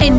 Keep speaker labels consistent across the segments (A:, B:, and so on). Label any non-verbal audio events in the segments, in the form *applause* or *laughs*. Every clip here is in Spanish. A: En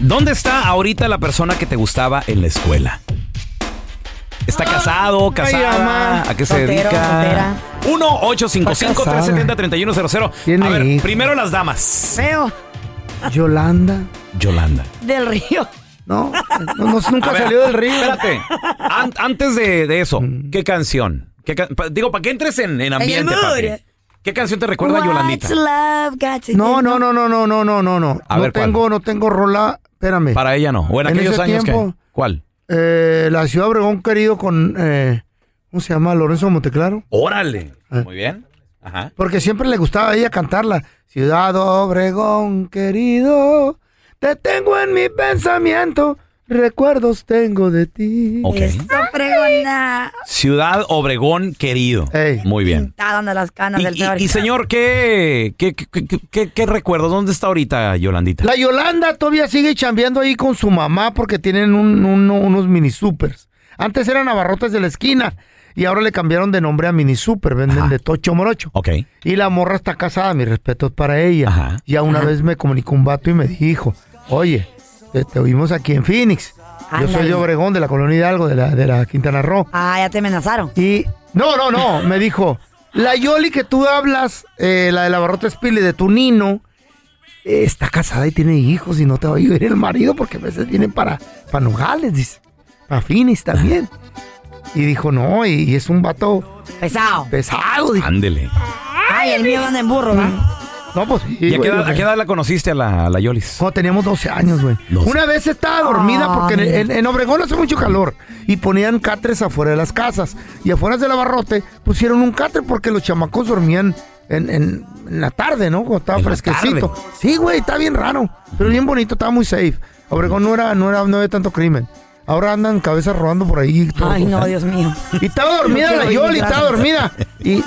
B: ¿Dónde está ahorita la persona que te gustaba en la escuela? ¿Está casado, casada? ¿A qué se
C: Soltero,
B: dedica?
C: soltera.
B: 1-855-370-3100. A
D: Tiene
B: ver,
D: hijos.
B: primero las damas.
C: Feo
D: Yolanda.
B: Yolanda.
C: del río.
D: No, no, no, nunca
B: A ver,
D: salió del río. Mm.
B: Espérate. An- antes de, de eso, ¿qué canción? ¿Qué ca- pa- digo, para que entres en, en ambiente,
C: mood.
B: papi. ¿Qué canción te recuerda a Yolandita?
C: What's love got to
D: No,
C: do?
D: no, no, no, no, no, no, no, no.
B: A
D: no
B: ver, ¿cuál?
D: tengo, no tengo rola. Espérame.
B: Para ella no. O en,
D: En
B: aquellos
D: ese
B: años que.
D: tiempo-
B: ¿Cuál?
D: Eh, la ciudad Obregón querido con eh, ¿cómo se llama? Lorenzo Monteclaro.
B: Órale.
D: Eh.
B: Muy bien. Ajá.
D: Porque siempre le gustaba a ella cantarla. Ciudad Obregón querido, te tengo en mi pensamiento, recuerdos tengo de ti.
B: Ok.
C: Eso, fregona.
B: Ciudad Obregón querido.
D: Ey.
B: Muy bien.
C: Está dando las canas
B: Y,
C: del
B: y-
C: feo.
B: y, señor, ¿qué, qué, qué, qué- qué- qué recuerdo? ¿Dónde está ahorita Yolandita?
D: La Yolanda todavía sigue chambeando ahí con su mamá porque tienen un- un- unos mini supers. Antes eran abarrotes de la esquina y ahora le cambiaron de nombre a mini super, venden
B: Ajá.
D: de tocho morocho.
B: Ok.
D: Y la morra está casada, mis respetos para ella.
B: Ajá.
D: Ya una vez me comunicó un vato y me dijo, oye, eh, te, te vimos aquí en Phoenix. Yo soy
C: Ándale.
D: de Obregón, de la colonia Hidalgo, de la, de la Quintana Roo.
C: Ah, ya te amenazaron.
D: Y, no, no, no, me dijo, la Yoli que tú hablas, eh, la de la Barrota Spilly, de tu nino, eh, está casada y tiene hijos y no te va a ayudar el marido porque a veces vienen para, para Nogales, dice, para Phoenix también. Y dijo, no, y, y es un vato
C: Pesado.
D: pesado. Dijo,
B: Ándele.
C: Ay, el mío anda en burro, ¿va?
D: no, pues sí,
B: ¿Y a qué,
D: güey,
B: edad,
D: o sea.
B: a qué edad la conociste a la, a la Yolis?
D: Cuando teníamos 12 años, güey.
B: 12.
D: Una vez estaba dormida
C: Ah,
D: porque en, en- en Obregón hace mucho calor y ponían catres afuera de las casas. Y afuera del abarrote pusieron un catre porque los chamacos dormían en, en- en la tarde, ¿no? Cuando estaba
B: En la
D: fresquecito.
B: tarde.
D: Sí, güey, está bien raro. Pero bien bonito, estaba muy safe. Obregón no era, no era, no había tanto crimen. Ahora andan cabezas rodando por ahí. todos.
C: Ay, no, Dios mío.
D: Y estaba dormida
C: No
D: la
C: quiero ir,
D: Yoli,
C: gracias.
D: estaba dormida. Y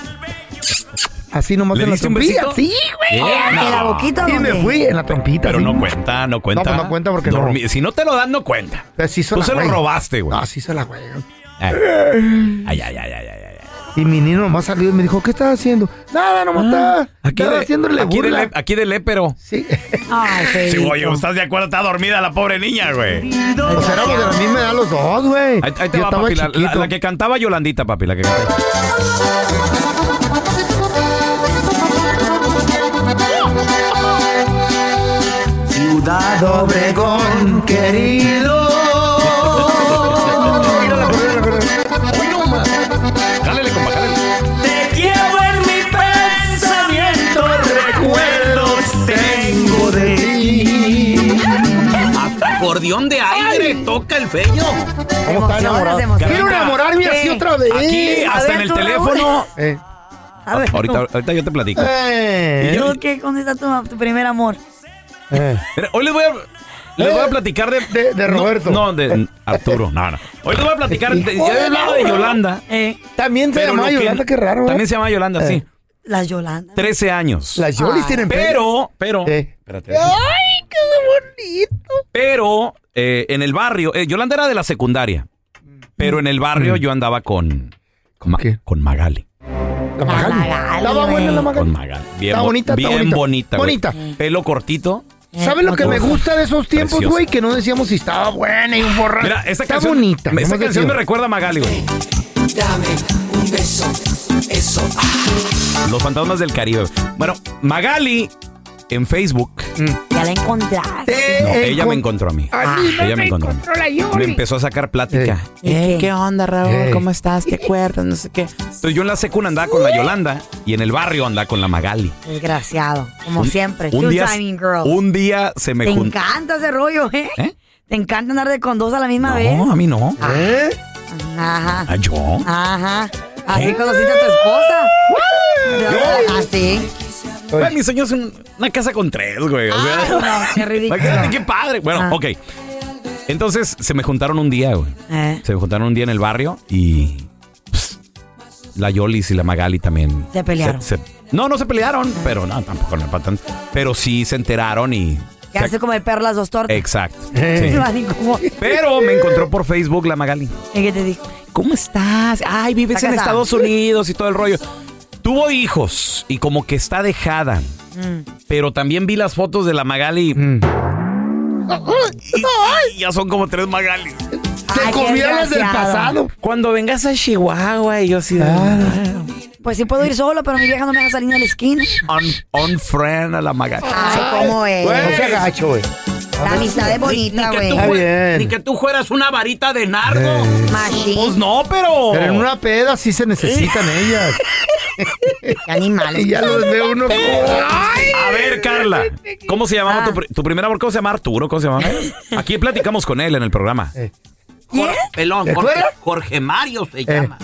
D: así nomás
B: ¿Le
D: en la
B: diste un
D: sombrilla.
B: besito?
D: Sí, güey.
C: ¿En la boquita o
D: Y me
C: dónde?
D: fui en la trompita.
B: Pero
D: sí.
B: no cuenta, no cuenta.
D: No, pues no cuenta porque no.
B: Dormi- Si no te lo dan, no cuenta.
D: Pues sí se
B: Tú
D: la
B: se lo
D: juegan.
B: robaste, güey.
D: Ah, sí se la juegan.
B: Ay. Ay, ay, ay, ay, ay, ay.
D: Y mi niño nomás salió y me dijo, ¿qué estás haciendo? Nada, nomás estaba,
B: Ah, Aquí
D: estaba
B: de-
D: haciéndole
B: aquí de
D: burla.
B: le- aquí de lépero.
D: Sí.
C: Ay, feo.
B: Sí, güey, ¿estás de acuerdo? Está dormida la pobre niña, güey.
D: pues éramos de la misma edad los dos, güey.
B: Ahí, ahí te
D: Yo
B: va,
D: estaba
B: papi. La, la-
D: chiquito.
B: la que cantaba Yolandita, papi. La que cantaba.
D: Ciudad Obregón, querido. Mira la correa, la correa.
B: Jálele, compa, jálele.
E: Te quiero en mi pensamiento, recuerdos tengo de ti.
B: acordeón de aire toca el feño.
D: ¿Cómo está enamorado? Quiero enamorarme así otra vez.
B: Eh, Aquí,
C: A
B: hasta
C: ver,
B: en el
C: tú, Raúl.
B: teléfono.
D: Eh,
C: A ver,
B: Ahorita, ahorita yo te platico.
D: eh,
C: ¿tú qué? ¿Dónde está tu, tu primer amor?
D: eh.
B: Mira, Hoy les voy a, les voy a platicar de,
D: de- de
B: no,
D: Roberto.
B: No, de Arturo. No, no. Hoy les voy a platicar. de-
D: Hijo
B: ya he
D: de
B: hablado de
D: Laura.
B: Yolanda.
C: Eh,
D: También se
B: pero
D: llama
B: lo que-
D: Yolanda, qué raro. ¿eh?
B: También se llama Yolanda, sí.
C: las Yolanda.
B: 13 años.
D: Las Yolis tienen pelo.
B: Ah, Pero, pero,
D: Eh.
B: espérate.
D: ¡Ay, qué bonito!
B: pero eh, en el barrio, eh, Yolanda era de la secundaria, pero en el barrio yo andaba con, con, Ma-
D: Mm. qué?
B: con Magali.
D: La Magali.
C: Magali,
D: Estaba buena la
C: güey.
D: Magali.
B: Con Magali. Bien,
D: Está
B: bo-
D: bonita, está
B: bien bonita.
D: bonita.
B: güey.
D: Bonita.
B: Pelo cortito.
D: ¿Sabes lo que me
B: Preciosa.
D: gusta de esos tiempos,
B: Preciosa.
D: güey? Que no decíamos si estaba buena y un borracho.
B: Mira, esta
D: Está
B: canción,
D: bonita.
B: me- Esta
D: nomás
B: canción me
D: decimos.
B: recuerda a Magali, güey. Los fantasmas del Caribe. Bueno, Magali en Facebook.
C: Ya la encontraste.
D: Eh,
B: No,
D: eh,
B: ella
D: con-
B: me encontró a mí.
D: A mí
B: ella
D: no
B: me
D: Ah, me
B: encontró. a mí.
D: encontró la Yoli.
B: me empezó a sacar plática.
C: Eh,
F: ¿Qué onda, Raúl?
D: Ey.
F: ¿Cómo estás? ¿Te acuerdas? No sé qué.
B: Entonces yo en la secundaria andaba con la Yolanda y en el barrio andaba con la Magali.
C: Desgraciado, como
B: Un-
C: siempre.
B: un
C: Two
B: día,
C: timing girl.
B: un día se me
C: Te
B: juntó.
C: encanta ese rollo, ¿eh?
B: ¿Eh?
C: Te encanta andar de con dos a la misma
B: No,
C: vez.
B: a mí no.
D: ¿Eh?
C: Ajá.
B: ¿A yo?
C: Ajá. Así
B: ¿Eh?
C: conociste a tu esposa. Así.
B: Ay, mi sueño es un- una casa con tres, güey. O sea,
C: Ay,
D: Ah,
C: no, qué ridículo.
B: imagínate qué padre. Bueno,
C: Ah.
B: ok. Entonces se me juntaron un día, güey.
C: Eh,
B: Se me juntaron un día en el barrio y pues, la Yolis y la Magali también.
C: Se pelearon. Ah.
B: se- no, no se pelearon, pero no, tampoco no para tanto. Pero sí se enteraron y.
C: Que hace como de perlas dos *laughs* tortas.
B: Exacto.
D: Eh.
B: sí.
C: Así como- ¿Y
B: Pero me encontró por Facebook la Magali.
C: qué te dijo?
B: ¿Cómo estás? Ay, vives
C: Está
B: en
C: casada.
B: Estados Unidos y todo el
C: *laughs*
B: rollo. Tuvo hijos y como que está dejada.
C: Mm.
B: Pero también vi las fotos de la Magali.
D: Mm.
B: Y, y ya son como tres Magalis.
D: Se
C: Ay, qué
D: comieron las del
C: desgraciado.
D: pasado.
F: Cuando vengas a Chihuahua y yo sí.
D: Ah.
C: Pues sí puedo ir solo, pero mi vieja no me deja salir ni a la esquina.
B: On, on friend a la Magali.
C: Ay, cómo
D: No
C: es.
D: se agacho, güey.
C: La amistad es bonita, güey.
D: Está bien. Eh.
B: fueras una varita de nardo.
C: Machín.
B: Pues no, pero.
D: Pero en una peda sí se necesitan ellas.
C: Qué animales.
D: Y ya los ve uno. ¡Ay!
B: A ver, Carla, ¿cómo se llamaba
C: Ah.
B: tu, pri- tu primer amor? ¿Cómo se llama Arturo? ¿Cómo se llama? Aquí platicamos con él en el programa.
D: Eh.
C: ¿Quién?
B: Pelón,
D: ¿Te Jorge- acuerdas?
B: Mario se
D: llama.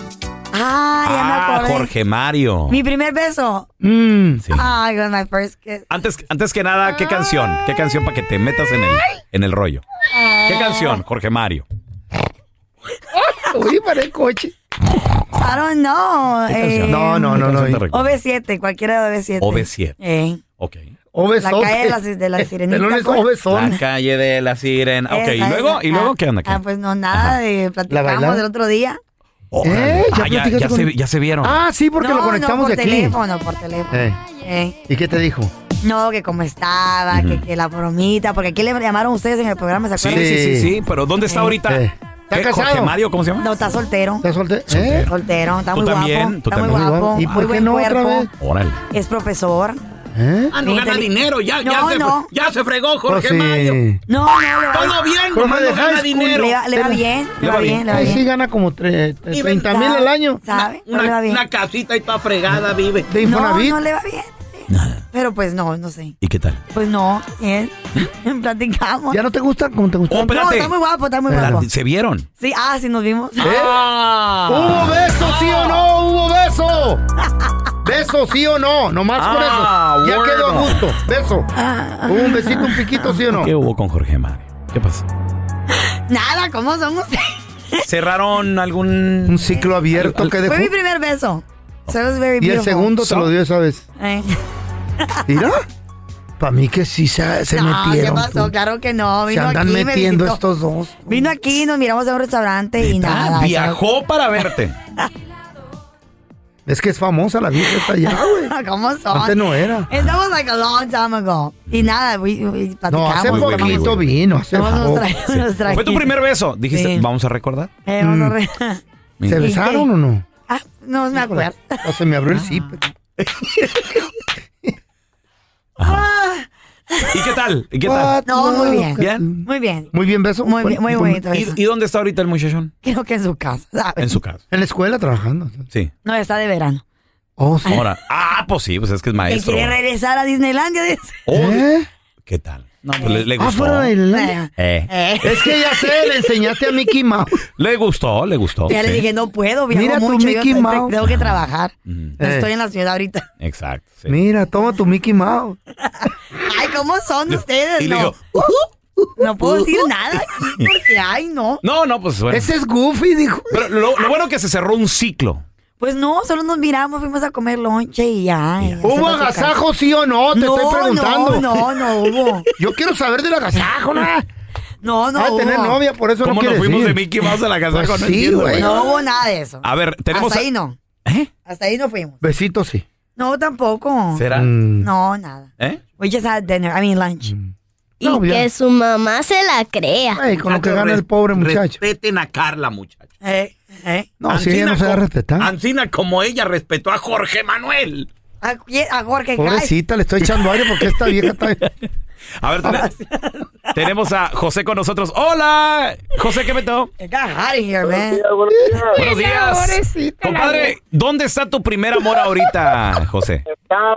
C: Ah, ya me
B: Ah,
C: acordé.
B: Jorge Mario.
C: Mi primer beso.
D: Mm.
B: Sí.
C: Ay, con my first kiss.
B: Antes, antes que nada, ¿qué canción? ¿Qué canción para que te metas en el, en el rollo? ¿Qué canción, Jorge Mario?
D: Uy, para el coche.
C: I don't know. Eh,
D: No, no, no,
B: ¿Qué canción
D: no.
B: te recuerdas?
C: OV7, cualquiera de OV7.
B: OV7.
C: Eh,
B: Ok.
C: la
D: Obesón.
C: calle de la, de la sirenita.
D: Pelones
C: ¿cuál?
B: La
D: obesón.
B: calle de la sirena. Ok,
C: Esa,
B: ¿y luego?
C: esa.
B: ¿Y luego
C: Ah,
B: qué onda? qué?
C: Ah, pues no, nada de platicamos
D: bailaron?
C: del otro día.
B: Órale.
D: ¿Eh? ¿Ya
B: Ah, ya,
D: platicaste
B: ya
D: con-
B: se, ya se vieron.
D: Ah, sí, porque
C: no,
D: lo conectamos
C: no,
D: de
C: por
D: aquí.
C: teléfono, por teléfono.
D: Eh.
C: Eh,
D: ¿Y qué te dijo?
C: no, que cómo estaba, que, que la bromita, porque aquí le llamaron ustedes en el programa, ¿se
B: sí,
C: acuerdan?
B: sí, sí, sí, sí, pero ¿dónde está ahorita?
D: Eh. ¿Está
B: ¿Qué,
D: casado?
B: Jorge Mario, ¿cómo se llama?
C: No, está soltero.
D: ¿Te solté? ¿Eh?
B: Soltero.
C: Soltero, está
B: Tú
C: muy
B: también,
C: guapo.
B: tú
C: está muy
B: también.
C: guapo.
D: ¿Y
C: muy
D: por qué
C: buen
D: no otra
C: cuerpo.
D: vez?
B: Órale.
C: Es profesor.
D: ¿Eh?
B: Ah,
C: no gana
B: dinero, ya,
C: ya No, se- no.
B: ya se fregó
D: Pues sí.
C: No, no, le va,
B: bien,
D: Profe, nomás no deja gana de
C: le
D: dinero.
C: va- le va bien, le va bien, le va
D: Ahí sí
C: bien.
D: gana como tre-
B: Y
D: 30 mil al año.
C: ¿Sabe? No le va bien.
B: casita y toda fregada vive.
D: De
C: No,
D: Infonavit.
C: no le va bien. Pero pues no, no sé.
B: ¿Y qué tal?
C: Pues no, bien. *laughs* Platicamos.
D: ¿Ya no te gusta como te
B: Oh,
D: gustaba?
C: No,
B: espérate.
C: está muy guapo, está muy guapo.
B: ¿Se vieron?
C: Sí, ah, sí, nos vimos.
D: ¿Eh? ¿Hubo beso, sí o no? ¿Hubo beso? ¿Beso, sí o no? Nomás
B: Ah,
D: por eso. Ya
B: bueno.
D: quedó a gusto. Beso.
C: Ah,
D: ¿Hubo un besito, un piquito, sí o no?
B: ¿Qué hubo con Jorge Mario? ¿Qué pasó?
C: *laughs* Nada, ¿cómo son ustedes?
B: ¿Cerraron algún...?
D: Un ciclo abierto que dejó.
C: Fue mi primer beso. So it was very
D: Y el
C: beautiful.
D: segundo te lo dio esa vez.
C: Eh.
D: Mira. Para mí que sí se, se
C: *laughs* No, ¿qué
D: metieron.
C: pasó?
D: tú.
C: Claro que no.
D: Se
C: Vino
D: andan
C: aquí, me
D: metiendo
C: visitó.
D: estos dos.
C: Vino aquí, nos miramos en un restaurante y
B: ¿Neta?
C: nada.
B: Viajó para verte.
D: Es que es famosa la vieja está allá, güey.
C: *laughs* ¿Cómo son?
D: Antes no era.
C: Estamos like a long time ago. Y nada, we, we
D: No,
C: platicamos.
D: hace
B: Muy bueno, muy
D: poquito
B: bueno.
D: vino. Hace
C: Tomamos unos
D: poco.
C: tra- unos
B: ¿Fue tu
C: traguitos.
B: primer beso? Dijiste,
C: Sí.
B: vamos a recordar.
C: Eh, vamos a re-
D: Mm.
C: *laughs*
D: ¿Se besaron o no?
C: Ah, no me acuerdo.
D: O se me abrió el zip.
C: Ah,
B: ¿Y qué tal? ¿Y qué
D: Ah,
B: tal?
C: No, muy bien.
B: ¿Bien?
C: Muy bien.
D: Muy bien, pues, beso.
C: Muy, bien, muy
D: Bueno,
C: bonito eso.
B: ¿Y, y dónde está ahorita el muchachón?
C: Creo que en su casa, ¿sabes?
B: En su casa.
D: En la escuela trabajando.
B: Sí.
C: No, está de verano.
D: Oh, sí.
B: Ahora. Ah, pues sí, pues es que es
C: Que
B: maestro.
C: quiere regresar a Disneylandia, dice.
B: Oh,
D: ¿Eh?
B: ¿Qué tal? Pues le, le
D: Ah,
B: gustó.
D: fueron a Disneylandia.
B: Eh.
D: Es que ya sé, le enseñaste a Mickey Mouse.
B: Le gustó, le gustó.
C: Ya le
B: sí.
C: dije, no puedo, viajo
D: Mira tu
C: mucho, yo
D: Mickey
C: te- te-
D: Mouse.
C: tengo que trabajar. No
D: Eh.
C: Estoy en la ciudad ahorita. *laughs*
B: Exacto. sí.
D: *laughs* Mira, toma tu Mickey Mouse.
C: Ay, ¿cómo son ustedes?
B: y le
C: no.
B: digo, "Uh,
C: no puedo decir nada aquí
B: *laughs*
C: porque, ay, no.
B: No, no, pues bueno.
D: Ese es Goofy, dijo.
B: Pero lo, lo bueno que se cerró un ciclo.
C: Pues no, solo nos miramos, fuimos a comer lonche y ya. y ya se
D: ¿Hubo
C: fue a su casa.
D: agasajo, sí o no? Te
C: no,
D: estoy preguntando.
C: No, no, no hubo.
D: *laughs* Yo quiero saber del agasajo, ¿no?
C: No, no
D: ah,
C: hubo.
D: tener novia, por eso no
B: ¿Cómo nos
D: quiere
B: fuimos
D: decir.
B: de Mickey Mouse a la casa
D: Pues
B: con
D: sí,
B: entiendo,
D: güey.
C: No hubo nada de eso.
B: A ver, Ah, tenemos.
C: Hasta
B: a-
C: ahí no.
B: ¿Eh?
C: Hasta ahí no fuimos.
D: Besito, sí.
C: No, tampoco.
B: ¿Será?
D: Mm.
C: No, nada.
B: ¿Eh?
C: We just had dinner, I mean lunch.
G: Y
D: No, ya.
G: que su mamá se la crea.
D: Ay, con lo que gana el pobre muchacho.
H: Respeten a Carla, muchachos.
C: Eh, eh.
D: No, si ella no se va a respetar.
H: Ancina como ella respetó a Jorge Manuel.
C: A, qui- a Ah, Jorge Kai.
D: Pobrecita, le estoy echando aire porque esta vieja está...
B: A ver, ten- *laughs* tenemos a José con nosotros. ¡Hola! José, ¿qué meto?
C: Got out of here, man.
B: Buenos días. Compadre, ¿dónde está tu primer amor ahorita, José?
E: Está,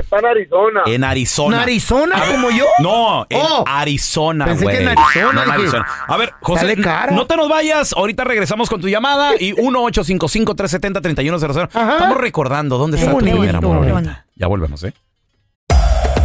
E: está en Arizona.
B: En Arizona.
D: ¿En Arizona como yo?
B: No, en
D: Oh.
B: Arizona, güey.
D: Pensé que en Arizona,
B: No, en
D: dije.
B: Arizona. A ver, José,
D: Dale cara.
B: no te nos vayas. Ahorita regresamos con tu llamada y
D: *laughs*
B: 1-855-370-3100.
D: Ajá.
B: Estamos recordando dónde
C: Qué
B: está tu
C: bonito,
B: primer amor
C: qué
B: ahorita.
C: bonito.
B: Ya volvemos, ¿eh?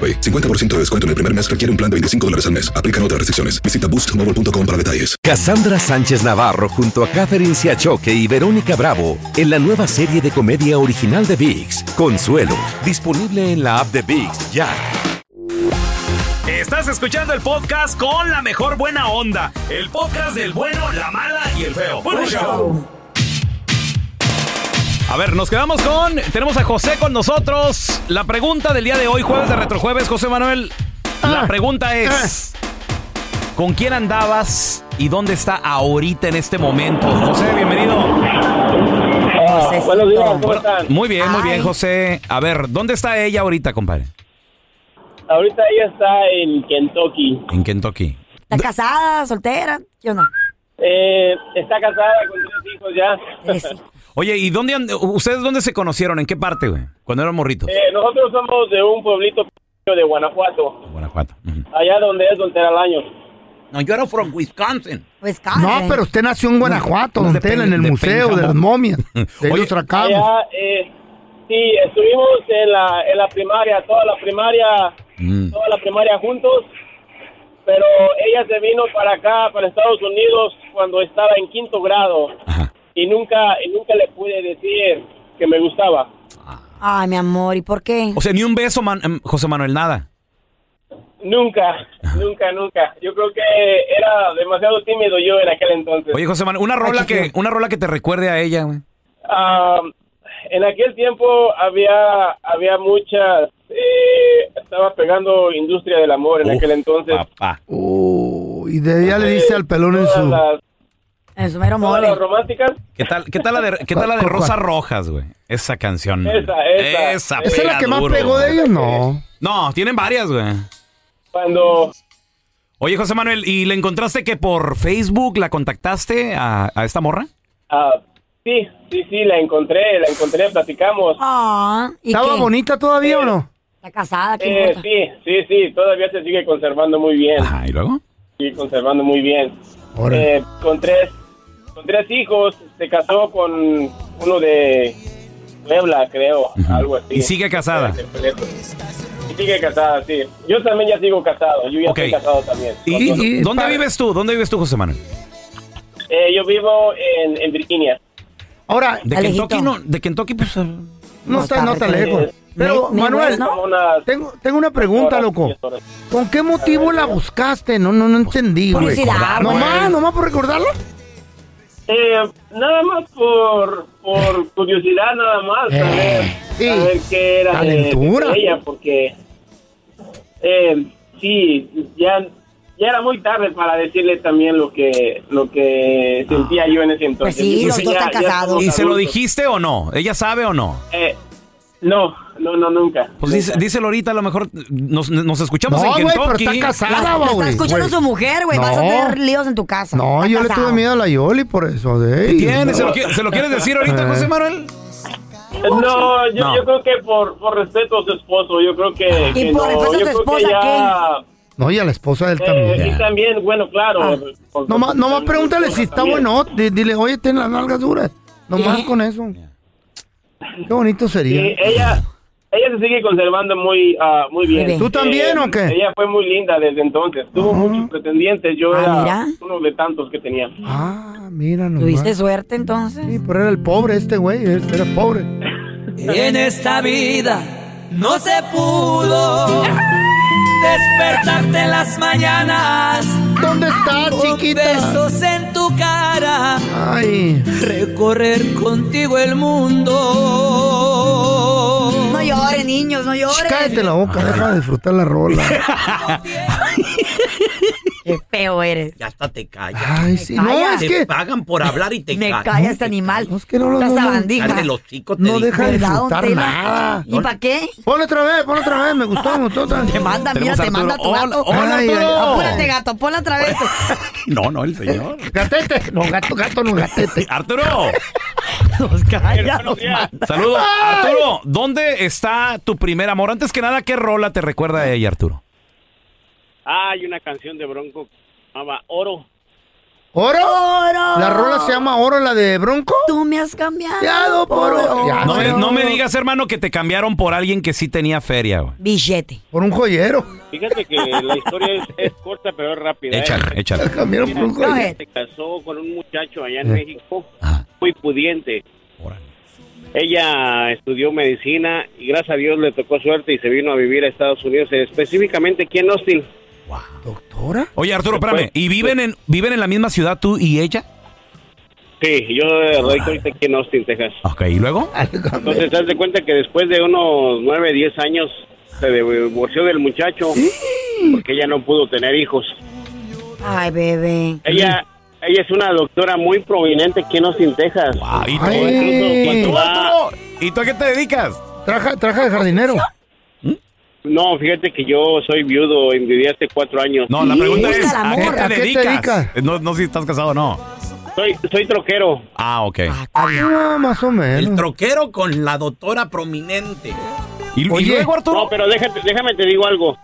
I: 50% de descuento en el primer mes requiere un plan de 25 dólares al mes. Aplican otras restricciones. Visita boostmobile.com para detalles.
J: Cassandra Sánchez Navarro junto a Catherine Siachoque y Verónica Bravo en la nueva serie de comedia original de VIX, Consuelo, disponible en la app de VIX ya.
B: Estás escuchando el podcast con la mejor buena onda. El podcast del bueno, la mala y el feo. Bueno, show. A ver, nos quedamos con. Tenemos a José con nosotros. La pregunta del día de hoy, jueves de retrojueves, José Manuel. La
D: Ah.
B: pregunta es: ¿Con quién andabas y dónde está ahorita en este momento? José, bienvenido.
C: Josecito.
E: buenos días, ¿cómo están?
B: Muy bien, muy bien,
C: Ay.
B: José. A ver, ¿dónde está ella ahorita, compadre?
E: Ahorita ella está en Kentucky.
B: En Kentucky.
C: ¿Está casada, soltera? Yo no.
E: Eh, está casada con tres hijos ya.
C: Eh, sí.
B: Oye, ¿y dónde and- ustedes dónde se conocieron? ¿En qué parte, güey? Cuando eran morritos.
E: *laughs* Eh, nosotros somos de un pueblito de Guanajuato,
B: Guanajuato. Ujú.
E: allá donde es soltera al año.
H: No, yo era from Wisconsin.
C: Wisconsin.
D: No, pero usted nació en Guanajuato,
B: no
D: don
B: es de
D: Tela, en el
B: Pen- de
D: Museo de
B: Pénjamo. *laughs*
D: las Momias. De ahí
B: Oye,
D: los tracamos.
E: Allá, eh, sí, estuvimos en la, en la primaria, toda la primaria,
B: Mm.
E: toda la primaria juntos, pero ella se vino para acá, para Estados Unidos, cuando estaba en quinto grado
B: Ajá.
E: y nunca, y nunca le pude decir que me gustaba.
C: Ay, mi amor, ¿y por qué?
B: O sea, ni un beso, man- em, José Manuel, nada.
E: Nunca, nunca, nunca. Yo creo que era demasiado tímido yo en aquel entonces.
B: Oye, José Manuel, una rola que, una rola que te recuerde a ella, güey.
E: Ah, en aquel tiempo había había muchas, eh, estaba pegando industria del amor en
B: Uf,
E: aquel entonces.
B: Papá.
D: Oh, y de ella le dice al pelón en
E: Todas
D: su...
E: las-
C: En su mero
E: todas
C: mole.
E: las románticas.
B: ¿Qué tal, qué tal la de, qué tal la de Rosas Rojas, güey? Esa canción. güey.
E: Esa, esa.
B: Esa,
D: ¿Esa es la
B: pega
D: que más
B: duro,
D: pegó
B: güey.
D: de ellos? No.
B: No, tienen varias, güey.
E: Cuando
B: Oye, José Manuel, ¿y le encontraste que por Facebook la contactaste a, a esta morra?
E: ah, sí, sí, sí, la encontré, la encontré, platicamos.
C: Ah, ¿y
D: ¿Estaba
C: qué?
D: bonita todavía o no?
C: ¿Está casada? ¿Qué
E: Eh,
C: importa?
E: sí, sí, sí, todavía se sigue conservando muy bien,
B: Ajá, ¿y luego?
E: sigue conservando muy bien.
D: Órale.
E: Eh, con tres, con tres hijos, se casó con uno de Puebla, creo, algo así.
B: ¿Y sigue casada?
E: Y sigue casada, sí. Yo también ya sigo casado, yo ya
B: Ok.
E: estoy casado también.
B: ¿Y,
E: Con dos-
B: y-
D: y-
B: dónde
D: para-
B: vives tú? ¿Dónde vives tú, José Manuel?
E: Eh, yo vivo en, en Virginia.
D: Ahora,
B: de Kentucky, no, de Kentucky, pues. eh,
D: No, está, no está lejos. Pero, Manuel, tengo, tengo una pregunta, loco. ¿Con qué motivo la buscaste? No, no, no entendí, güey.
E: Publicidad, güey.
D: Nomás, nomás por recordarlo.
E: Eh, nada más por,
D: *laughs*
E: por curiosidad, nada más. A ver, a ver qué era de- de
D: Eh, calentura.
E: ella, porque. Eh, sí, ya, ya era muy tarde para decirle también lo que lo que sentía yo en ese
C: Pues
E: entonces. Yo creo que ya- ya somos
B: ¿Y se lo
E: adultos.
B: dijiste o no? ¿Ella sabe o no?
E: Eh, no, no, no, nunca.
B: Pues dice- díselo ahorita, a lo mejor nos, nos escuchamos en
E: pues.
D: No, güey,
B: Kentucky.
D: pero está casada,
C: Lo
D: güey.
C: está escuchando
D: Güey.
C: su mujer, güey. Vas a
D: No.
C: tener líos en tu casa.
D: No, yo le tuve miedo a la Yoli por eso. De
B: ¿Qué tiene? ¿Se lo qui- se lo quieres decir
D: Eh.
B: ahorita, José
E: Manuel? Eh, No, yo,
D: No.
E: yo creo que por, por respeto a su esposo, yo creo que.
D: Y
E: que
D: por respeto
E: no,
D: a
E: yo
D: tu
E: creo que
D: esposa,
E: ya-
D: No, y a la esposa de él también.
E: eh, y también, bueno, claro. pues,
D: Ah.
E: por-
D: Nomás,
E: por-
D: nomás
E: por-
D: pregúntale
E: por-
D: si está
E: también.
D: bueno. Di- Dile, oye, tiene las nalgas duras. Nomás con eso. Qué bonito sería.
E: Sí, ella, ella se sigue conservando muy, ah, muy bien.
C: eh,
D: bien. ¿Tú también o qué?
E: Ella fue muy linda desde entonces.
C: Ah,
E: Tuvo muchos pretendientes. Yo era uno de tantos que tenía.
D: Ah, mira nomás.
C: ¿Tuviste suerte entonces?
D: Sí, pero era el pobre este güey. él Era pobre.
K: En esta vida no se pudo despertarte en las mañanas.
D: ¿Dónde estás,
K: chiquita? Besos en tu cara.
D: Ay.
K: Recorrer contigo el mundo.
C: No lloren, niños, no lloren.
D: Cállate la boca, deja de disfrutar la rola. *laughs*
C: Qué feo eres.
H: Ya hasta te callas.
D: Ay, sí, no,
H: Callas. Te
D: es que-
H: pagan por hablar y te
C: Me
H: callas.
C: calla este animal. No, es que no lo
H: Cállate el hocico, te
D: No
H: digo.
D: deja de disfrutar nada.
C: ¿Y para qué?
D: Pon otra vez, pon otra vez. Me gustó, me gustó. Te
C: manda, mira, te manda tu gato.
D: Ay, ay,
C: Apúrate, gato, ponla otra vez.
B: No, no, el señor.
D: Gatete. No, gato, gato, no, gatete.
B: *laughs* Arturo.
C: Nos calla, nos
B: manda. Saludos. Arturo, ¿dónde está tu primer amor? Antes que nada, ¿qué rola te recuerda a ella, Arturo?
L: Hay una canción de Bronco que se llamaba Oro.
D: ¿Oro?
C: ¡Oro!
D: La rola se llama Oro, la de Bronco.
C: Tú me has cambiado.
D: por oro. Ya,
B: No me,
D: no.
B: no me digas, hermano, que te cambiaron por alguien que sí tenía feria, güey.
C: Billete.
D: Por un joyero. *laughs*
L: Fíjate que la historia
C: *laughs*
L: es, es corta pero es rápida. ¿eh?
B: Échale, échale.
D: cambiaron por un
L: Mira,
D: joyero.
L: Se casó con un muchacho allá en
D: Eh.
L: México, muy pudiente. Ella estudió medicina y gracias a Dios le tocó suerte y se vino a vivir a Estados Unidos, específicamente aquí en Austin.
B: Oye, Arturo, espérame. ¿Y viven en, viven en la misma ciudad tú y ella?
L: Sí, yo eh, radico ahorita aquí en Austin, Texas.
B: Ok, ¿y luego?
L: Ah. Entonces, te das de cuenta que después de unos 9, 10 años se divorció del muchacho porque ella no pudo tener hijos.
C: Ay, bebé.
L: Ella ella es una doctora muy prominente aquí en Austin, Texas.
B: ¿Y tú?
L: Incluso
B: ¿Y tú,
L: cuando va-
B: Arturo? ¿Y tú a qué te dedicas?
D: Traja, traja de jardinero.
L: No, fíjate que yo soy viudo y viví hace cuatro años.
B: No, la pregunta es, ¿a qué te dedicas? No, no sé si estás casado o no.
L: Soy, soy troquero.
B: Ah, ok.
D: Ah, más o menos.
H: Troquero con la doctora prominente.
B: ¿Y, luego, Arturo?
L: No, pero déjate, déjame te digo algo.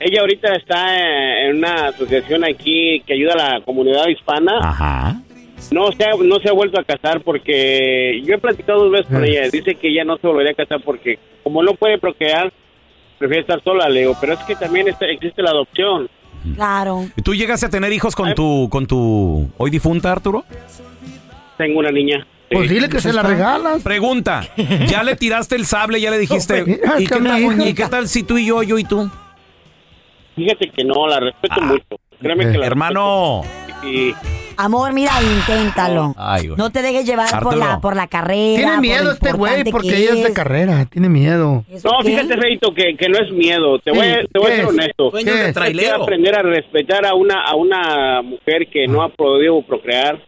L: Ella ahorita está eh, en una asociación aquí que ayuda a la comunidad hispana.
B: Ajá.
L: No se, ha, no se ha vuelto a casar porque yo he platicado dos veces con ella.
D: Pues
L: Dice que ella no se volvería a casar porque como no puede procrear, prefiere estar sola, le digo. Pero es que también está- existe la adopción.
C: Claro.
B: ¿Y ¿Tú llegaste a tener hijos con tu, con tu hoy difunta, Arturo?
L: Tengo una niña.
D: Pues dile que se la regalas.
B: Pregunta, ¿ya le tiraste el sable? ¿Ya le dijiste?
D: No, mira,
B: ¿y, qué
D: cambia,
B: tal,
D: hija.
B: ¿Y qué tal si tú y yo, yo y tú?
L: Fíjate que no, la respeto mucho. Créeme que
B: Ah, eh,
D: Eh,
L: la
B: Hermano.
L: respeto. Y-
C: Amor, mira, inténtalo.
B: Ay,
C: No te dejes llevar por
D: Arturo.
C: la, por la carrera.
D: Tiene
C: por
D: miedo
C: lo
D: este güey
C: importante
D: porque
C: que
D: ella es de
C: es.
D: carrera. Tiene miedo.
L: No, fíjate, Feito, que, que no es miedo. Te voy, a-
D: Sí,
L: te voy a
D: ¿qué
L: ser
D: es?
L: honesto.
D: Sueño de
L: Yo quiero
D: trailero.
L: aprender a respetar a una, a una mujer que no ha podido procrear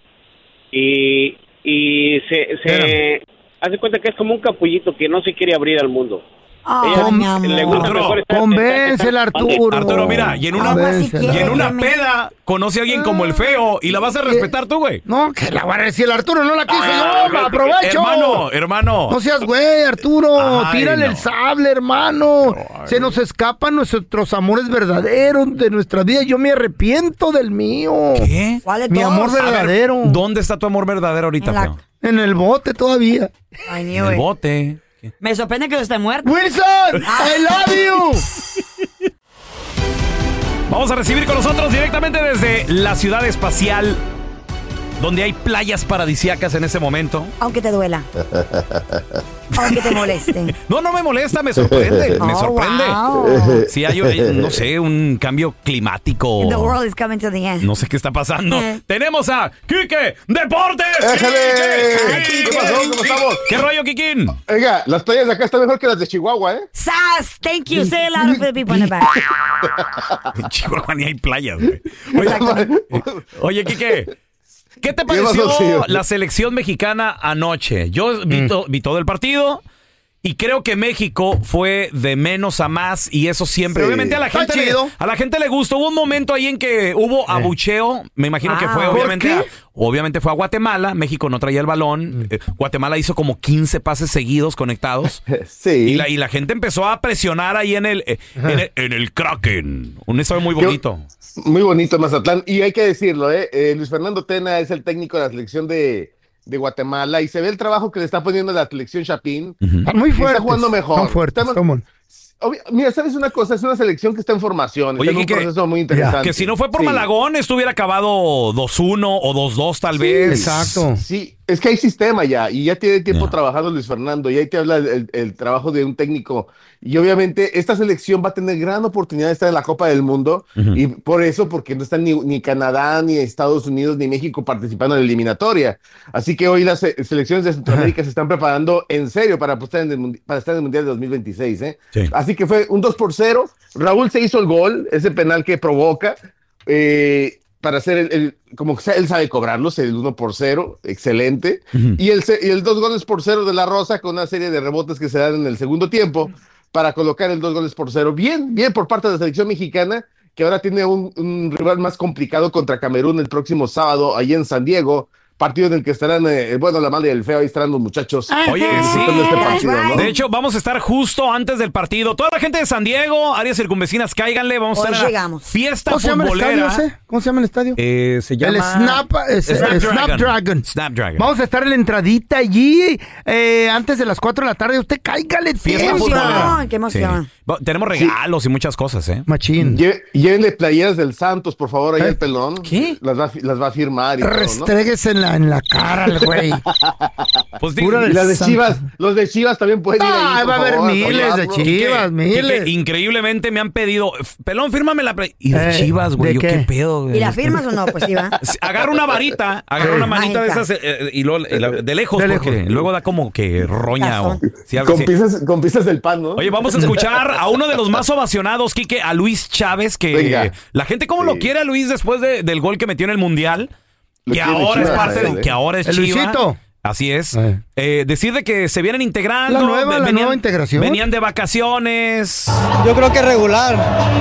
L: y, y se, se hace cuenta que es como un capullito que no se quiere abrir al mundo. Ella le gusta mejor estar-
D: Convéncela, Arturo.
B: Arturo, mira, y en una, y en una peda conoce a alguien como el feo y la vas a respetar tú, güey.
D: No, que la va a decir el Arturo, no la quise
B: Ah,
D: yo, ma, aprovecho.
B: Hermano, hermano.
D: No seas güey, Arturo,
B: Ay,
D: tírale
B: no.
D: el sable, hermano. Se nos escapan nuestros amores verdaderos de nuestra vida. Yo me arrepiento del mío.
B: ¿Qué?
D: Mi amor
B: A ver,
D: verdadero.
B: ¿Dónde está tu amor verdadero ahorita,
C: En la-
B: feo?
D: En el bote todavía.
C: Ay, ni
B: En el
C: güey.
B: bote.
C: Me sorprende que no esté muerto.
D: ¡Wilson!
C: ¡I
D: love
B: Vamos a recibir con nosotros directamente desde la ciudad espacial donde hay playas paradisíacas en ese momento.
C: Aunque te duela, aunque
B: *laughs*
C: te moleste.
B: No, no me molesta, me
M: *laughs*
B: sorprende, me
C: Oh,
B: sorprende.
C: wow.
B: Si hay, eh, no sé, un cambio climático.
C: The world Eh. is coming to the end.
B: No sé qué está pasando. Tenemos a Quique Deportes.
M: ¿Qué pasó? ¿Cómo estamos?
B: ¿Qué rollo, Kikín?
M: Oiga, las playas de acá están mejor que las de Chihuahua, ¿eh?
C: ¡Sas! Thank you. Say a lot of the people in the
M: *laughs*
C: back.
B: *laughs* En Chihuahua ni hay playas, güey. Oye, oye, Quique. ¿Qué te pareció
M: pasó, señor?
B: la selección mexicana anoche? Yo
M: Mm.
B: vi, to- vi todo el partido y creo que México fue de menos a más y eso siempre.
M: Sí.
B: Obviamente a la
M: Está
B: gente le,
M: chido.
B: a la gente le gustó. Hubo un momento ahí en que hubo abucheo. Me imagino que
M: Ah.
B: fue
M: ¿Por
B: obviamente
M: qué?
B: a- obviamente fue a Guatemala. México no traía el
D: Mm.
B: balón. Eh, Guatemala hizo como 15 pases seguidos conectados.
D: *laughs*
M: Sí.
B: Y la, y la gente empezó a presionar ahí en el, eh, en el, en el Kraken. Un estadio muy bonito.
M: Muy bonito Mazatlán. Y hay que decirlo, ¿eh? Eh, Luis Fernando Tena es el técnico de la selección de, de Guatemala y se ve el trabajo que le está poniendo la selección Chapín.
D: Están muy fuertes.
M: Está jugando mejor.
D: Están fuertes,
M: Está-
D: come on.
M: obvi- Mira, ¿sabes una cosa? Es una selección que está en formación.
B: Oye,
M: está en un
B: Quique,
M: proceso muy interesante.
B: Que si no fue por
M: Sí.
B: Malagón, estuviera acabado 2-1 o 2-2 tal vez.
M: Sí, es que hay sistema ya y ya tiene tiempo trabajando Luis Fernando y ahí te habla el, el trabajo de un técnico. Y obviamente esta selección va a tener gran oportunidad de estar en la Copa del Mundo
N: Ujú.
M: y por eso, porque no están ni, ni Canadá, ni Estados Unidos, ni México participando en la eliminatoria. Así que hoy las se- selecciones de Centroamérica se están preparando en serio para, apostar en el mundi- para estar en el Mundial de 2026. ¿eh? Así que fue un 2 por 0. Raúl se hizo el gol, ese penal que provoca. eh, para hacer el, el- como que sea, él sabe cobrarlos, el 1 por 0, excelente. Y el, se- y el 2 goles por 0 de La Rosa con una serie de rebotes que se dan en el segundo tiempo para colocar el 2 goles por 0. Bien, bien por parte de la selección mexicana, que ahora tiene un, un rival más complicado contra Camerún el próximo sábado, allí en San Diego. Partido en el que estarán, eh, bueno, la madre del feo, ahí estarán los muchachos.
B: Oye, sí.
M: disfrutando este partido, ¿no?
B: De hecho, vamos a estar justo antes del partido. Toda la gente de San Diego, áreas circunvecinas, cáiganle. Vamos a
D: Hoy
B: estar en la
D: llegamos.
B: fiesta
D: ¿Cómo se llama el estadio
B: futbolera.
D: ese? ¿Cómo se llama el estadio?
B: Eh, se llama...
D: El Snap, es-
B: Snapdragon.
D: eh, Snapdragon.
B: Snapdragon.
D: Vamos a estar en la entradita allí eh, antes de las 4 de la tarde. Usted cáigale.
B: Fiesta
D: tiempo.
B: futbolera.
C: qué emoción.
B: Sí. Va- Tenemos regalos y muchas cosas, ¿eh?
D: Machín.
M: Lle- Llévenle playeras del Santos, por favor, ahí al pelón. ¿Qué? Las va, a fi- las va a firmar. Y todo, ¿no?
D: Restréguese en la, en la cara al güey.
B: Pues
D: Pura
M: y
D: del
M: las de
D: santo.
M: Chivas, los de Chivas también pueden ir ahí,
D: Ah,
M: por
D: va a haber
M: favor,
D: miles de
M: apoyarlos.
D: chivas, miles.
B: Quique, increíblemente me han pedido, "F- pelón, fírmame la play. Y de
D: Eh,
B: chivas, güey,
D: ¿de
B: yo qué,
D: qué?
B: pedo, güey.
C: ¿Y
O: este,
C: la firmas o no? Pues sí, va.
B: Agarra una varita, agarra
C: Sí.
B: una manita de
C: Mágica.
B: esas eh, eh, y luego, eh, la- de lejos,
M: De
B: porque
M: lejos.
B: luego da como que roña o sí, algo
M: Con
B: así.
M: piezas, con piezas del pan, ¿no?
B: Oye, vamos a escuchar a uno de los más ovacionados, Quique, a Luis Chávez, que
M: Venga.
B: la gente como lo quiere a Luis después de- del gol que metió en el Mundial,
M: Lo
B: que
M: quiere
B: ahora, es
M: Chivas,
B: parte de,
M: eh.
B: que ahora es
D: El
B: Chiva.
D: Luisito.
B: Así es. Eh, decir de que se vienen integrando.
D: La nueva-
B: ve-
D: la nueva integración.
B: Venían de vacaciones.
O: Yo creo que regular,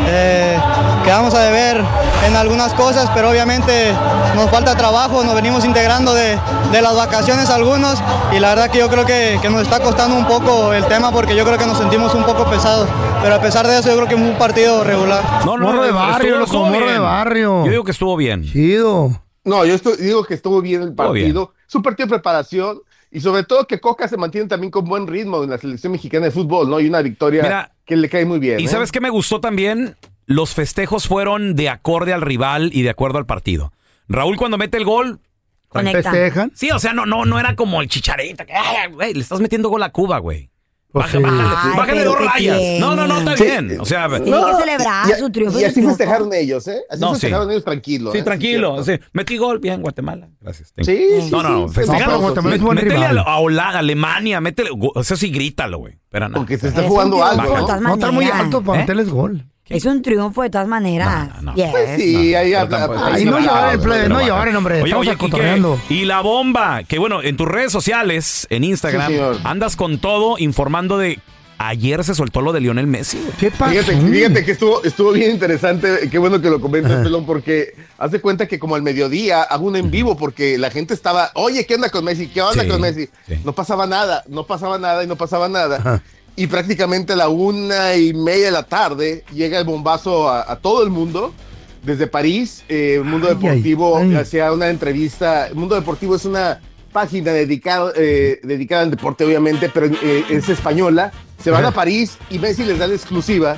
O: *laughs* eh, quedamos a deber en algunas cosas, pero obviamente nos falta trabajo, nos venimos integrando de, de las vacaciones algunos y la verdad que yo creo que, que nos está costando un poco el tema porque yo creo que nos sentimos un poco pesados, pero a pesar de eso yo creo que es un partido regular.
D: Morro de barrio,
B: estuvo-
D: loco,
B: estuvo
D: morro de
B: bien.
D: barrio.
B: Yo digo que estuvo bien.
D: Chido.
M: No, yo estoy- digo que estuvo bien el
B: Estuvo bien.
M: partido. Es un partido de preparación y sobre todo que Coca se mantiene también con buen ritmo en la selección mexicana de fútbol, ¿no? Y una victoria
B: Mira,
M: que le cae muy bien.
B: ¿Y
M: ¿eh?
B: sabes qué me gustó también? Los festejos fueron de acorde al rival y de acuerdo al partido. Raúl cuando mete el gol...
D: Conecta. ¿Festejan?
B: Sí, o sea, no, no, no era como el chicharita. que, "Ay, güey, le estás metiendo gol a Cuba, güey.
M: Pues
B: Baja- Bájale, bájale dos rayas. No, no, no, está
M: Sí.
B: bien. O sea,
M: Tiene que celebrar
C: su triunfo.
M: Y así festejaron ellos, ¿eh? Así
B: No, sí.
M: festejaron ellos tranquilo.
B: Sí,
M: ¿eh?
B: tranquilo. sí. Metí gol, bien, Guatemala. Gracias. thank
M: Sí,
B: you.
M: sí,
B: No, no, no.
M: sí.
B: festejalo.
M: No, pero Guatemala es buen
B: Métele
M: rival.
B: a, a Holanda, a Alemania, métele. Eso sí, grítalo, güey. Pero no. Porque
M: se está Es jugando un algo, triunfo, ¿no?
C: de todas
D: No está muy
C: maneras.
D: alto para
B: ¿Eh?
D: meterles gol.
C: Es un triunfo de todas maneras. Yes.
M: Pues sí, ahí habla-
D: Ay, no lloren, plebe, no lloren, hombre.
B: Oye,
D: Estamos
B: oye,
D: acotorreando.
B: Quique, y la bomba, que bueno, en tus redes sociales, en Instagram,
M: Sí, señor.
B: andas con todo informando de ayer se soltó lo de Lionel Messi. güey.
M: Fíjate,
B: Mm.
M: fíjate que estuvo, estuvo bien interesante. Qué bueno que lo comentas, Pelón, porque hace cuenta que como al mediodía hago un en vivo porque la gente estaba, oye, ¿qué onda con Messi? ¿Qué onda
B: Sí,
M: con Messi? No pasaba nada, no pasaba nada y no pasaba nada. Y prácticamente a la una y media de la tarde llega el bombazo a, a todo el mundo. Desde París, eh, Mundo Deportivo eh, hacía una entrevista. Mundo Deportivo es una página dedicado, eh, dedicada al deporte, obviamente, pero eh, es española. Se van a París y Messi les da la exclusiva,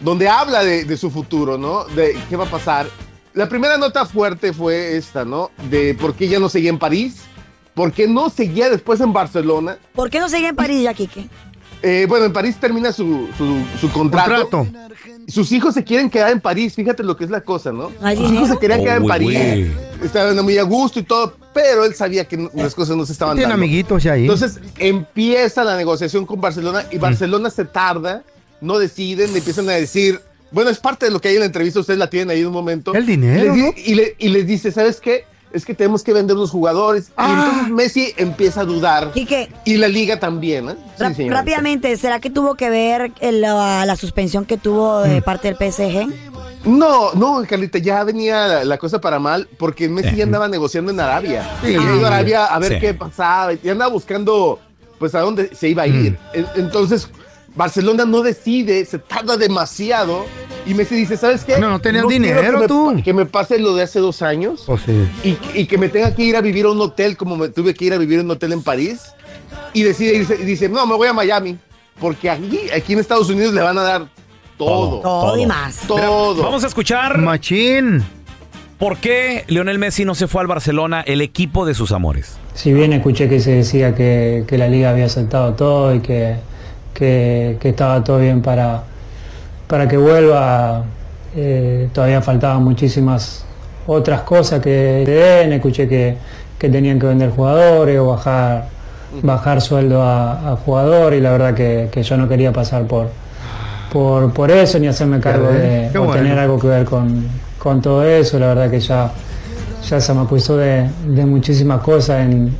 M: donde habla de, de su futuro, ¿no? De qué va a pasar. la primera nota fuerte fue esta, ¿no? De por qué ya no seguía en París, por qué no seguía después en Barcelona.
C: ¿Por qué no seguía en París ya, Quique?
M: Eh, bueno, en París termina su, su, su contrato. Sus hijos se quieren quedar en París, fíjate lo que es la cosa, ¿no?
C: ¿Hay
M: Sus hijos
C: dinero?
M: se querían
C: Oh,
M: quedar en
C: güey,
M: París, estaban muy a gusto y todo, pero él sabía que no- las cosas no se estaban
D: Eh, Tiene
M: dando.
D: amiguitos ya ahí.
M: Entonces empieza la negociación con Barcelona y Barcelona se tarda, no deciden, le empiezan a decir, bueno, es parte de lo que hay en la entrevista, ustedes la tienen ahí en un momento.
D: El dinero,
M: Les di-
D: ¿no?
M: y, le- y les dice, ¿sabes qué? Es que tenemos que vender los jugadores. Y
D: Ah.
M: entonces Messi empieza a dudar.
C: ¿Y
M: la liga también, ¿eh? Sí,
C: Ra-
M: señorita.
C: rápidamente, ¿será que tuvo que ver el- la, la suspensión que tuvo
D: Mm.
C: de parte del PSG?
M: No, no, Carlita, ya venía la, la cosa para mal porque Messi ya andaba negociando en Arabia.
D: Sí.
M: Había ido a Arabia a ver
D: Sí.
M: qué pasaba. Y andaba buscando, pues, a dónde se iba a ir.
D: Mm.
M: En- Entonces, Barcelona no decide, se tarda demasiado. Y Messi dice, ¿sabes qué? No, no
D: tenías
M: quiero
D: dinero,
M: que me
D: tú.
M: pa- que me pase lo de hace dos años
D: O sea,
M: y, y que me tenga que ir a vivir a un hotel como me tuve que ir a vivir a un hotel en París y decide irse y dice, no, me voy a Miami porque aquí, aquí en Estados Unidos le van a dar todo. Todo.
B: Vamos a escuchar.
D: Machín.
B: ¿Por qué Lionel Messi no se fue al Barcelona, el equipo de sus amores?
N: Si bien escuché que se decía que, que la liga había aceptado todo y que, que- que estaba todo bien para, para que vuelva, eh, todavía faltaban muchísimas otras cosas que le den. Escuché que, que tenían que vender jugadores o bajar, bajar sueldo a, a jugador y la verdad que, que yo no quería pasar por, por, por eso ni hacerme cargo
D: ves,
N: de
D: qué
N: o
D: bueno.
N: tener algo que ver con, con todo eso. La verdad que ya, ya se me acusó de, de muchísimas cosas en,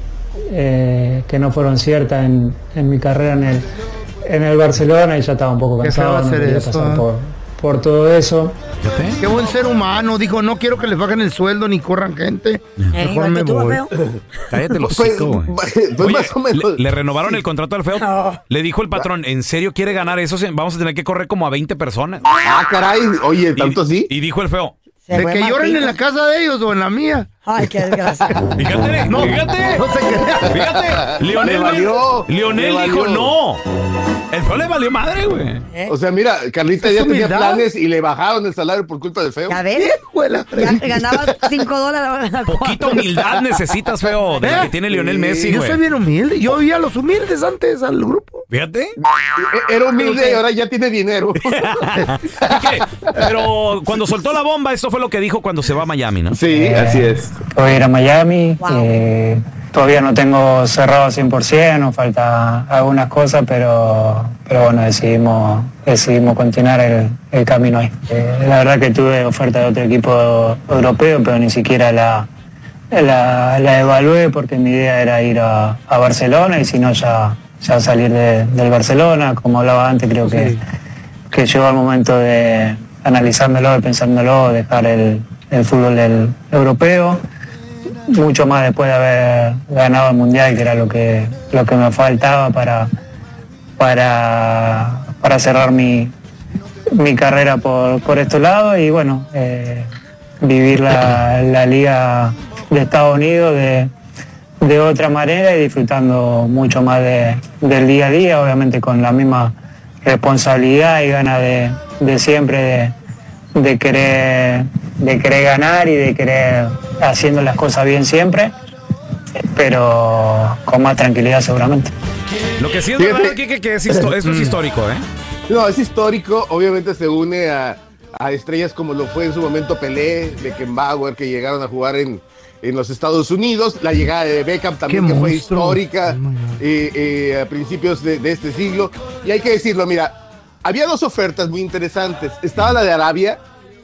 N: eh, que no fueron ciertas en, en mi carrera en el, en el Barcelona y ya estaba un poco
D: ¿Qué se va a
N: cansado, no
D: hacer
N: quería
D: esto,
N: pasar
D: eh?
N: por, por todo eso.
D: Qué buen ser humano. Dijo, no quiero que les bajen el sueldo ni corran gente.
C: Eh,
D: Mejor
B: igual
D: me
B: que tú,
D: voy.
B: feo. Cállate los
D: Pues,
B: cinco,
M: *laughs*
D: pues más o menos.
B: Le, le renovaron el contrato al feo. Le dijo el patrón, ¿en serio quiere ganar eso? Se- Vamos a tener que correr como a 20 personas.
M: Ah, caray. Oye,
B: ¿tanto sí? Y dijo el feo.
D: De que lloren en la casa de ellos o en la mía.
C: Ay,
D: *laughs*
C: qué desgracia.
B: Fíjate,
D: no,
B: fíjate.
D: *laughs* No se crea.
B: Fíjate, Lionel,
M: Le valió,
B: Lionel
M: le
B: dijo
M: valió.
B: no. El feo le valió madre, güey.
M: O sea, mira, Carlita
B: ¿eh? ¿Es
M: ya tenía
B: humildad?
M: planes y le bajaron el salario por culpa del feo.
C: ¿Ya
D: *laughs*
C: ves? Ya ganaba 5 dólares.
B: Poquita humildad necesitas, feo, de la que tiene Lionel Messi,
D: Yo
B: güey.
D: soy bien humilde. Yo vi a los humildes antes al grupo.
B: Fíjate.
M: E, Era humilde y ahora ya
B: *laughs*
M: tiene dinero.
B: Pero cuando soltó la bomba, eso fue lo que dijo cuando se va a Miami, ¿no?
M: Sí, así es.
N: Voy a ir a Miami. eh, todavía no tengo cerrado 100%, nos falta algunas cosas, pero, pero bueno, decidimos, decidimos continuar el, el camino ahí. Eh, la verdad que tuve oferta de otro equipo europeo, pero ni siquiera la, la, la evalué porque mi idea era ir a, a Barcelona y si no ya, ya salir de- del Barcelona. Como hablaba antes, creo que, que llegó el momento de analizándolo, de pensándolo, dejar el, el fútbol del europeo. Mucho más después de haber ganado el Mundial, que era lo que, lo que me faltaba para, para, para cerrar mi, mi carrera por, por estos lados y bueno, eh, vivir la, la liga de Estados Unidos de, de otra manera y disfrutando mucho más de- del día a día, obviamente con la misma responsabilidad y ganas de, de siempre de, de querer, de querer ganar y de querer haciendo las cosas bien siempre, pero con más tranquilidad seguramente.
B: Lo que sí es
M: Fíjate.
B: verdad, Kike, que es histo- esto es histórico, ¿eh?
H: Ah,
M: No, es histórico. Obviamente se une a, a estrellas como lo fue en su momento Pelé, Beckenbauer, que llegaron a jugar en, en los Estados Unidos. La llegada de Beckham también,
D: ¡Qué
M: que fue
D: monstruo! Oh
M: histórica eh, eh, a principios de, de este siglo. Y hay que decirlo, mira, había dos ofertas muy interesantes. Estaba la de Arabia,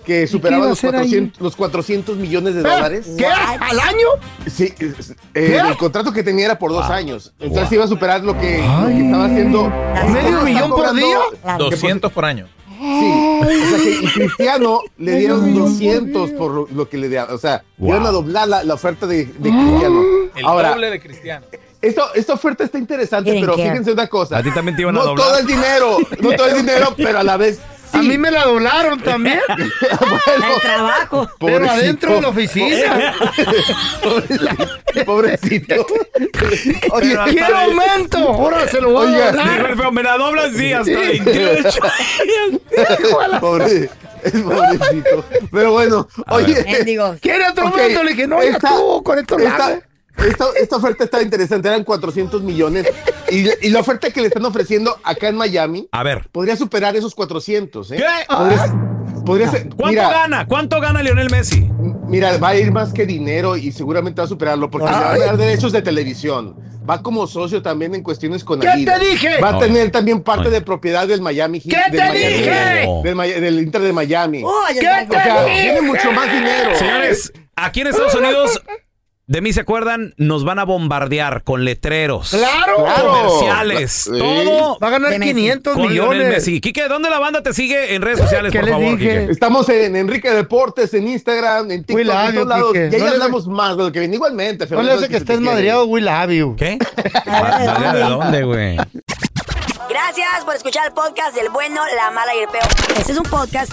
M: que
D: iba
M: superaba
D: a
M: los
D: hacer ahí?
M: 400, los 400 millones de
D: ¿Eh?
M: dólares.
D: ¿Qué? ¿Al año?
M: Sí, es- eh,
D: ¿Qué?
M: el contrato que tenía era por dos años. Entonces
D: Wow.
M: iba a superar lo que, lo que estaba haciendo.
D: ¿Medio millón por día?
H: 200 por año.
M: Sí. O sea que y Cristiano le dieron 200 por lo, lo que le dieron. O sea,
H: Wow.
M: iban a doblar la, la oferta de, de Cristiano.
D: Ah.
H: El
M: Ahora,
H: doble de Cristiano.
M: esto, esta oferta está interesante,
H: Didn't
M: pero
H: care.
M: fíjense una cosa.
B: A ti también te iban a
M: No
B: doblar.
M: todo el dinero, no todo
D: *laughs*
M: el dinero, pero a la vez.
D: A mí me la doblaron
B: *laughs*
D: también.
M: El
C: trabajo.
D: Pero adentro de
B: *laughs*
D: la oficina. *laughs*
M: Pobrecito. Pobrecito.
D: Oye, quiero aumento. Ahora se lo voy a
B: Oiga,
D: dar.
B: dijo el feo, me la doblan, sí, hasta
D: Sí.
B: 28.
M: Pobre- Es pobrecito. Pero bueno,
D: A
M: oye.
D: ver. Mendigos. ¿Quiere otro momento? Le dije, no, ya estuvo con Héctor Lavoe.
M: esta, esta, esta oferta estaba interesante, eran 400 millones. Y, y la oferta que le están ofreciendo acá en Miami.
B: A ver.
M: Podría superar esos 400, ¿eh?
B: ¿Qué?
D: Ah.
M: Podría, podría ser.
B: ¿Cuánto gana? ¿Cuánto gana Lionel Messi?
M: Mira, va a ir más que dinero y seguramente va a superarlo porque le van a dar derechos de televisión. Va como socio también en cuestiones con
D: ¿Qué
M: Adidas.
D: te dije?
M: Va a
D: Ay.
M: tener también parte
D: Ay.
M: de propiedad del Miami Heat,
D: ¿Qué
M: del
D: te
M: Miami
D: dije? Oh.
M: Heat, Del, Maya- del Inter de Miami.
D: Oye, ¿Qué
M: O
D: te
M: sea,
D: dije?
M: tiene mucho más dinero.
B: Señores, aquí en Estados Unidos, de mí se acuerdan, nos van a bombardear con letreros.
D: Claro.
B: Comerciales.
D: Claro.
B: Todo.
D: Va a ganar De Messi. 500
B: con Lionel
D: millones.
B: Messi. Quique, ¿dónde la banda te sigue en redes sociales,
M: ¿Qué
B: por
M: les
B: favor,
M: dije?
B: Quique?
M: Estamos en Enrique Deportes, en Instagram, en TikTok,
D: We love
M: en todos
D: you,
M: lados.
D: Quique.
M: Y ahí
D: No le
M: hablamos más de lo que viene. Igualmente,
D: No le hace que estés madreado, we love you.
B: *laughs* ¿Qué? ¿De dónde, güey?
C: Gracias por escuchar el podcast del bueno, la mala y el peor. Este es un podcast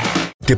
P: ¿Te